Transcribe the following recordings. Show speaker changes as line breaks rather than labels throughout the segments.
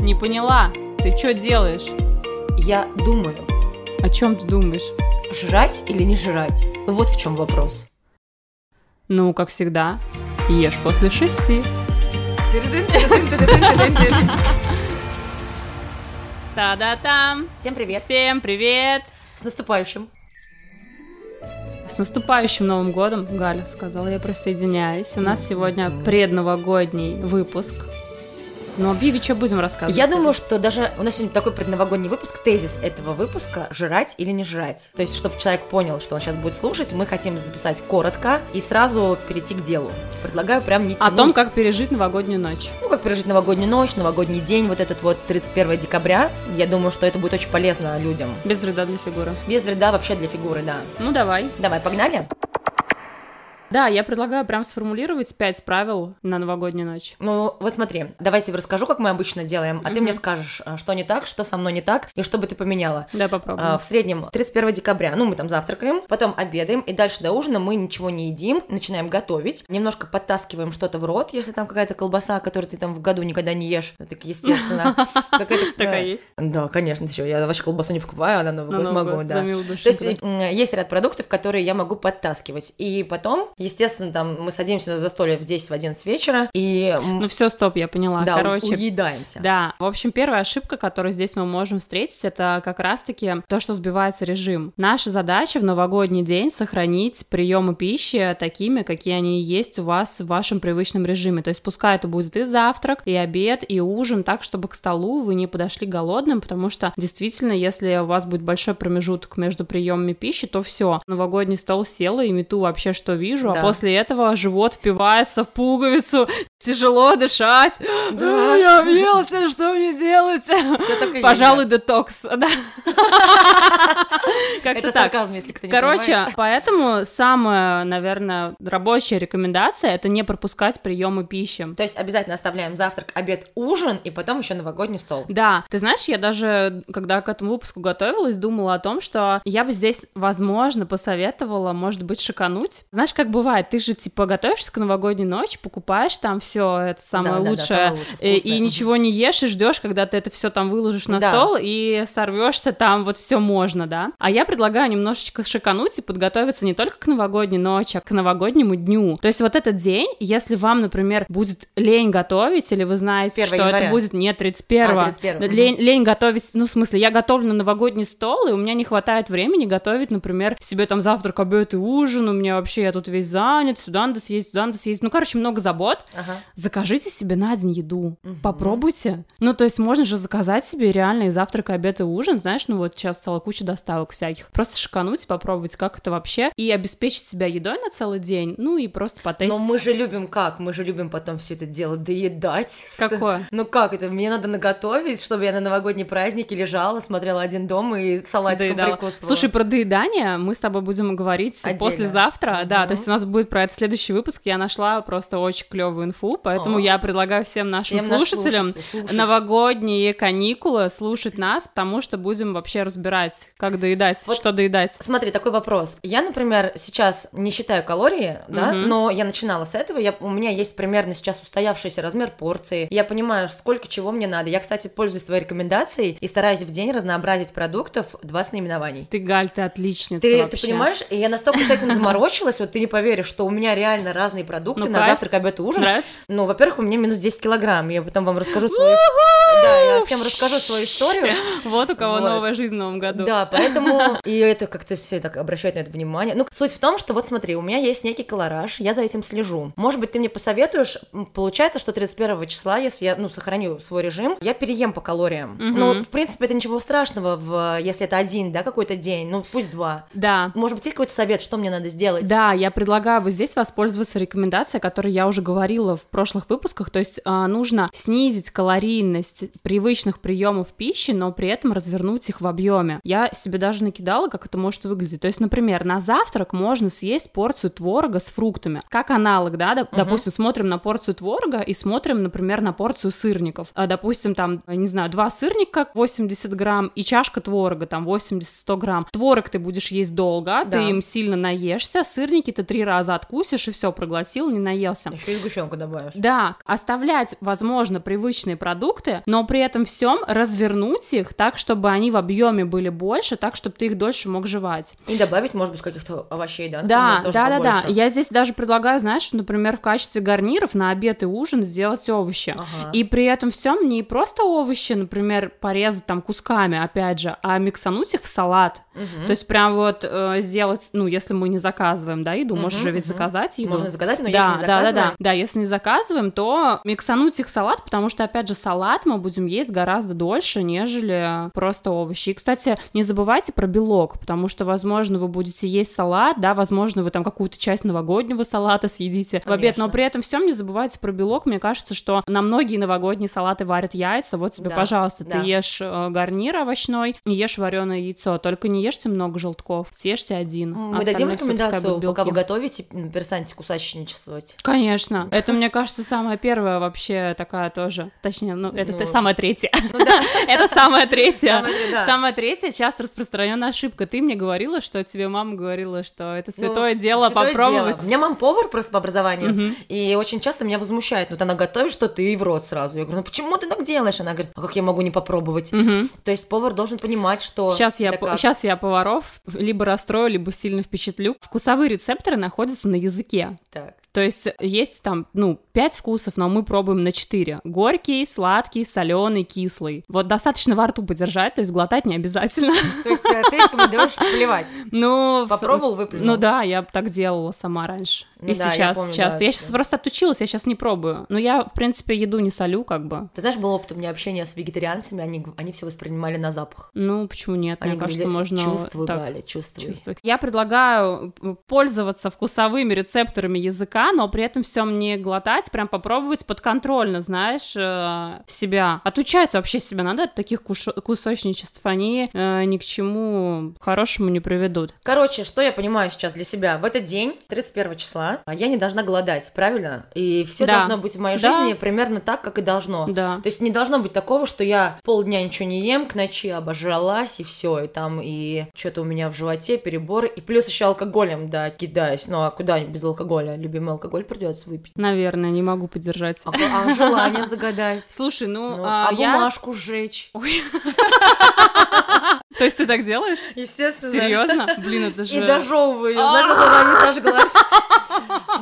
Не поняла. Ты что делаешь?
Я думаю,
О чем ты думаешь?
жрать или не жрать? Вот в чем вопрос.
Ну, как всегда, ешь после шести. Та-да-там!
Всем привет.
Всем привет!
С наступающим.
С наступающим Новым годом, Галя сказала, я присоединяюсь. У нас сегодня предновогодний выпуск. Но Биби, что будем рассказывать?
Я думаю, что даже у нас сегодня такой предновогодний выпуск, тезис этого выпуска – жрать или не жрать. То есть, чтобы человек понял, что он сейчас будет слушать, мы хотим записать коротко и сразу перейти к делу. Предлагаю прям не
О
тянуть.
том, как пережить новогоднюю ночь.
Ну, как пережить новогоднюю ночь, новогодний день, вот этот вот 31 декабря. Я думаю, что это будет очень полезно людям.
Без вреда для фигуры.
Без вреда вообще для фигуры, да.
Ну, давай.
Давай, погнали?
Да, я предлагаю прям сформулировать пять правил на новогоднюю ночь.
Ну, вот смотри, давай я тебе расскажу, как мы обычно делаем, а ты
Мгм.
мне скажешь, а, что не так, что со мной не так, и что бы ты поменяла.
Да, попробуем.
А, В среднем 31 декабря, ну, мы там завтракаем, потом обедаем, и дальше до ужина мы ничего не едим, начинаем готовить, немножко подтаскиваем что-то в рот, если там какая-то колбаса, которую ты там в году никогда не ешь, ну, так естественно. Какая-то,
Такая
э,
есть.
Да, конечно, еще я вообще колбасу не покупаю, а на Новый
На
год
Новый
могу,
год
да.
за милую душу.
То есть м, есть ряд продуктов, которые я могу подтаскивать. И потом, естественно, там мы садимся на застолье в 10-11 вечера и м,
Ну все, стоп, я поняла.
да, у-
Короче,
уедаемся.
Да, в общем, первая ошибка, которую здесь мы можем встретить, это как раз-таки то, что сбивается режим. Наша задача в новогодний день сохранить приемы пищи такими, какие они есть у вас в вашем привычном режиме. То есть пускай это будет и завтрак, и обед, и ужин, так, чтобы к столу вы не подошли голодным, потому что действительно, если у вас будет большой промежуток между приемами пищи, то все, новогодний стол села и мету вообще, что вижу, а
Да.
после этого живот впивается в пуговицу, тяжело дышать,
Да.
А, я объелся, что мне делать?
Всё так и есть,
Пожалуй,
да.
детокс, да. Как-то
это
так.
сарказм, если кто не понимает.
Короче, поэтому самая, наверное, рабочая рекомендация это не пропускать приемы пищи.
То есть обязательно оставляем завтрак, обед, ужин и потом еще новогодний стол.
Да, ты знаешь, я даже, когда к этому выпуску готовилась, думала о том, что я бы здесь, возможно, посоветовала, может быть, шикануть. Знаешь, как бывает, ты же, типа, готовишься к новогодней ночи, покупаешь там все это самое
Да-да-да,
лучшее, э,
самое лучшее,
и,
вкусное.
и ничего не ешь, и ждешь, когда ты это все там выложишь на
Да.
стол, и сорвешься там, вот все можно, да. А я предлагаю немножечко шикануть и подготовиться не только к новогодней ночи, а к новогоднему дню. То есть вот этот день, если вам, например, будет лень готовить, или вы знаете,
1
что это
января.
будет не 31
А, 31,
но
мгм.
лень, лень готовить, ну, в смысле, я готовлю на новогодний стол, и у меня не хватает времени готовить, например, себе там завтрак, обед и ужин, у меня вообще, я тут весь занят, сюда надо съесть, туда надо съесть, ну, короче, много забот.
Ага.
Закажите себе на день еду,
Мгм.
попробуйте. Ну, то есть можно же заказать себе реально и завтрак, и обед, и ужин, знаешь, ну, вот сейчас целая куча доставок всяких. Просто шикануть, попробовать, как это вообще, и обеспечить себя едой на целый день, ну, и просто потестить.
Но мы же любим как? Мы же любим потом все это дело доедать. с-
Какое?
Ну как это? Мне надо наготовить, чтобы я на новогодние праздники лежала, смотрела один дом и салатиком
Доедала.
прикусывала.
Слушай, про доедание мы с тобой будем говорить
Отдельно.
послезавтра. Да,
Мгм.
то есть у нас будет про это следующий выпуск. Я нашла просто очень клевую инфу, поэтому
О.
я предлагаю всем нашим
Всем
слушателям
слушать, слушать.
новогодние каникулы слушать нас, потому что будем вообще разбирать, как доедать,
Вот
что доедать.
Смотри, такой вопрос. Я, например, сейчас не считаю калории, да,
Мгм.
но я начинала с этого. Я, у меня есть примерно сейчас устоявшийся размер порции. Я понимаю, сколько чего мне надо. Я, кстати, пользуюсь твоей рекомендацией и стараюсь в день разнообразить продуктов 20 наименований.
Ты, Галь, ты отличница
Ты, ты
вообще.
понимаешь, и я настолько с этим заморочилась, вот ты не поверишь, что у меня реально разные продукты
Ну,
на
кайф.
завтрак, обед и ужин.
Нравится?
Ну, во-первых, у меня минус 10 килограмм, я потом вам расскажу свою... Да, я всем расскажу свою историю.
Вот у кого
Вот.
новая жизнь в новом году.
Да, поэтому и это как-то все так обращают на это внимание. Ну, суть в том, что вот смотри, у меня есть некий колораж, я за этим слежу. Может быть, ты мне посоветуешь, М, получается, что 31 числа, если я, ну, сохраню свой режим, я переем по калориям.
Мгм.
Ну, в принципе, это ничего страшного, в, если это один, да, какой-то день, ну, пусть два.
Да.
Может быть, есть какой-то совет, что мне надо сделать?
Да, я предлагаю вот здесь воспользоваться рекомендацией, о которой я уже говорила в прошлых выпусках. То есть а, нужно снизить калорийность привычных приемов пищи, но при этом развернуть их в объеме. Я себе даже накидала, как это может выглядеть. То есть, например, на завтрак можно съесть порцию творога с фруктами. Как аналог, да, доп-
Мгм.
допустим, смотрим на порцию творога и смотрим, например, на порцию сырников. А, допустим, там, не знаю, два сырника 80 грамм и чашка творога там 80-100 грамм. Творог ты будешь есть долго,
Да.
ты им сильно наешься, сырники ты три раза откусишь и все, проглотил, не наелся.
Еще и сгущенку забываешь.
Да, оставлять, возможно, привычные продукты, но при этом всем развернуть их так, чтобы они в объеме были больше, так, чтобы ты их дольше мог жевать.
И добавить, может быть, каких-то овощей, да?
Да,
например, тоже
да, да, да.
побольше.
Я здесь даже предлагаю, знаешь, например, в качестве гарниров на обед и ужин сделать овощи.
Ага.
И при этом всем не просто овощи, например, порезать там кусками, опять же, а миксануть их в салат.
Мгм.
То есть прям вот э, сделать, ну, если мы не заказываем, да, еду,
Мгм,
можешь же ведь
мгм.
заказать еду.
Можно заказать, но
да,
если не
да, да,
заказываем,
да. Да, если не заказываем, то миксануть их в салат, потому что, опять же, салат мы будем есть гораздо дольше, нежели просто овощи. И, кстати, не забывайте про белок, потому что, возможно, вы будете есть салат, да, возможно, вы там какую-то часть новогоднего салата съедите в обед, но
Конечно.
при этом всем не забывайте про белок. Мне кажется, что на многие новогодние салаты варят яйца. Вот тебе,
Да,
пожалуйста,
да.
ты ешь э, гарнир овощной, не ешь вареное яйцо, только не ешьте много желтков, съешьте один. а
Мы дадим
остальное всё пускай
рекомендацию,
будут
пока вы
белки.
готовите, м, перестаньте кусачничествовать.
Конечно, это, мне кажется, самая первая вообще такая тоже. Точнее, ну, это
Ну.
та самая третья.
Ну да.
Это самая третья.
Самое- да.
Самая третья часто распространенная ошибка. Ты мне говорила, что тебе мама говорила, что это
Ну,
святое дело
святое
попробовать.
дело. У меня мама повар просто по образованию,
Мгм.
и очень часто меня возмущает. Вот она готовит что-то и в рот сразу. Я говорю, ну почему ты так делаешь? Она говорит, а как я могу не попробовать?
Мгм.
То есть повар должен понимать, что...
Сейчас я,
да
по-
как.
щас я поваров либо расстрою, либо сильно впечатлю. Вкусовые рецепторы находятся на языке.
Так.
То есть есть там, ну, пять вкусов, но мы пробуем на четыре. Горький, сладкий, соленый, кислый. Вот достаточно во рту подержать, то есть глотать не обязательно.
То есть э, ты рекомендуешь плевать.
Ну, в-
Попробовал,
Ну
выплюнул.
да, я б так делала сама раньше.
Ну
и
да, я
сейчас,
помню,
сейчас.
да,
я
это-
сейчас просто отучилась, я сейчас не пробую. Но я, в принципе, еду не солю, как бы.
Ты знаешь, был опыт у меня общения с вегетарианцами, они, г- они все воспринимали на запах.
Ну, почему нет?
Они
Мне кажется,
говорили,
можно
чувствую,
так
Галя, чувствую.
чувствовать. Я предлагаю м, пользоваться вкусовыми рецепторами языка, но при этом все не глотать, прям попробовать подконтрольно, знаешь, э, себя. Отучать вообще себя надо от таких кушо- кусочничеств. Они э, ни к чему хорошему не приведут.
Короче, что я понимаю сейчас для себя? В этот день, 31 числа, а я не должна голодать, правильно? И все
Да.
должно быть в моей
Да.
жизни примерно так, как и должно.
Да.
То есть не должно быть такого, что я полдня ничего не ем, к ночи обожралась, и все, и там, и что-то у меня в животе, переборы, и плюс еще алкоголем, да, кидаюсь. Ну а куда без алкоголя? Любимый алкоголь придется выпить.
Наверное, не могу поддержать.
А, а желание загадать.
Слушай, ну,
Ну,
а
а
я...
бумажку сжечь.
То есть ты так делаешь?
Естественно.
Серьезно? Блин, это же...
И дожевываю ее.
А.
Знаешь, вот она не сожглась.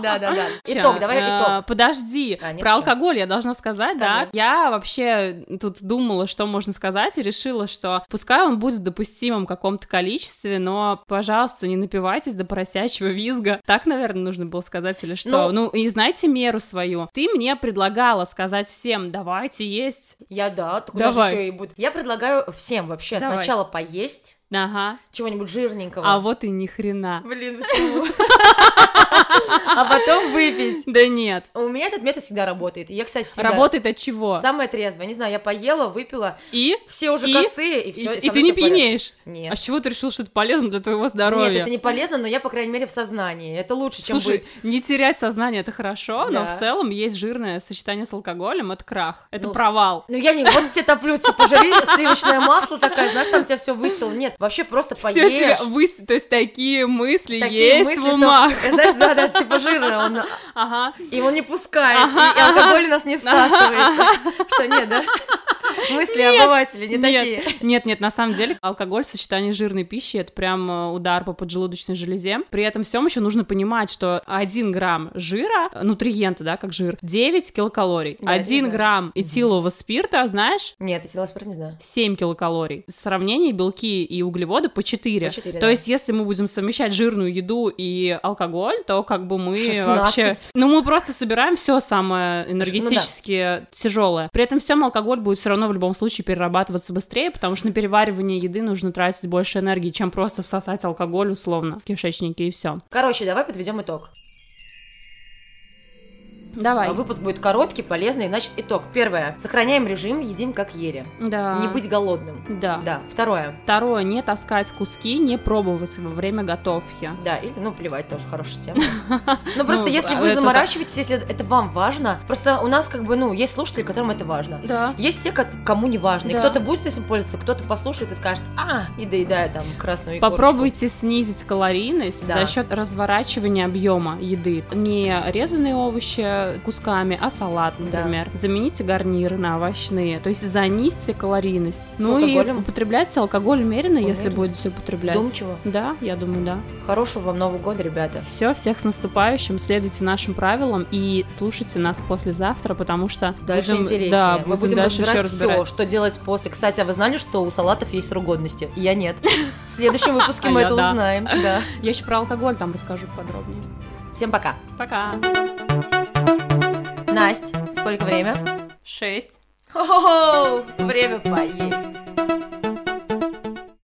Да, да, да.
Ча,
Итог, давай
э,
итог.
Подожди,
А, нет,
про
чё?
алкоголь я должна сказать, да.
Скажи.
Я вообще тут думала, что можно сказать, и решила, что пускай он будет в допустимом каком-то количестве, но, пожалуйста, не напивайтесь до поросячьего визга. Так, наверное, нужно было сказать или что. Ну, и знайте меру свою. Ты мне предлагала сказать всем, давайте есть.
Я да, так у нас
Давай.
еще и будет. Я предлагаю всем вообще
Давай.
сначала поесть
Ага.
чего-нибудь жирненького.
А вот и ни хрена.
Блин, почему? А потом выпить.
Да нет.
У меня этот метод всегда работает. И Я, кстати, всегда...
Работает от чего?
Самая трезвая. Не знаю, я поела, выпила,
И?
все уже
И?
косые, и
И,
все.
и ты не пьянеешь? А
Нет.
с чего ты решил, что это полезно для твоего здоровья?
Нет, это не полезно, но я, по крайней мере, в сознании. Это лучше, чем
Слушай,
быть.
не терять сознание это хорошо, но
Да.
в целом есть жирное сочетание с алкоголем, это крах, это
Ну, с-
провал.
Ну я не, вот тебе топлю, типа, пожри, сливочное масло такая, знаешь, там тебя все высел. Нет, вообще просто
Всё тебя
поешь.
выс- то есть такие мысли
Такие
есть
мысли,
в
что,
умах.
знаешь, да, да, типа жирно, он,
Ага.
и он не пускает,
Ага,
и, и алкоголь нас не всасывается. Что нет, да? Мысли обывателя не
Нет.
такие.
Нет, нет, на самом деле алкоголь в сочетании с жирной пищей это прям э, удар по поджелудочной железе. При этом всем еще нужно понимать, что 1 грамм жира, э, нутриента, да, как жир, 9 килокалорий.
Да, это
1
да.
грамм этилового спирта, знаешь,
Нет, я села спорт не знаю.
7 килокалорий. В сравнении белки и углеводы по 4.
По четыре,
то
да.
есть, если мы будем совмещать жирную еду и алкоголь, то как бы мы
16.
вообще... Ну, мы просто собираем все самое
Ну
энергетически тяжелое. При этом всем алкоголь будет все равно в любом случае перерабатываться быстрее, потому что на переваривание еды нужно тратить больше энергии, чем просто всосать алкоголь условно в кишечнике и все.
Короче, давай подведем итог.
Давай.
А Выпуск будет короткий, полезный. Значит, итог. Первое. Сохраняем режим, едим как ели.
Да.
Не быть голодным.
А. Да.
Да. Второе.
Второе, не таскать куски, не пробовать во время готовки.
Да, или, ну, плевать, тоже хорошая тема. Ну, просто
Ну,
если
а
вы
это да.
заморачиваетесь, если это вам важно, просто у нас, как бы, ну, есть слушатели, которым это важно.
Да.
Есть те, ко- кому не важно. И
Да.
кто-то будет этим пользоваться, кто-то послушает и скажет, а, и доедает там красную икорочку».
Попробуйте снизить калорийность
Да.
за счет разворачивания объема еды. Не резанные овощи, просто кусками, а салат, например. Замените гарниры на овощные. То есть занизьте калорийность. ну
алкоголем?
и употребляйте алкоголь умеренно, если
Умеренно.
будете употреблять.
Думчиво.
Да, я думаю, да.
Хорошего вам Нового года, ребята.
Все, всех с наступающим, следуйте нашим правилам и слушайте нас послезавтра, потому что
Дальше
будем-
интереснее.
Да,
Мы
будем,
будем
дальше еще
разбирать все,
разбирать.
что делать после. Кстати, а вы знали, что у салатов есть срок годности? Я нет. В следующем выпуске мы
А я
это
да.
узнаем. Да.
Я еще про алкоголь там расскажу подробнее.
Всем пока.
Пока.
Настя, сколько время?
Шесть.
Хо-хо-хо! Время поесть.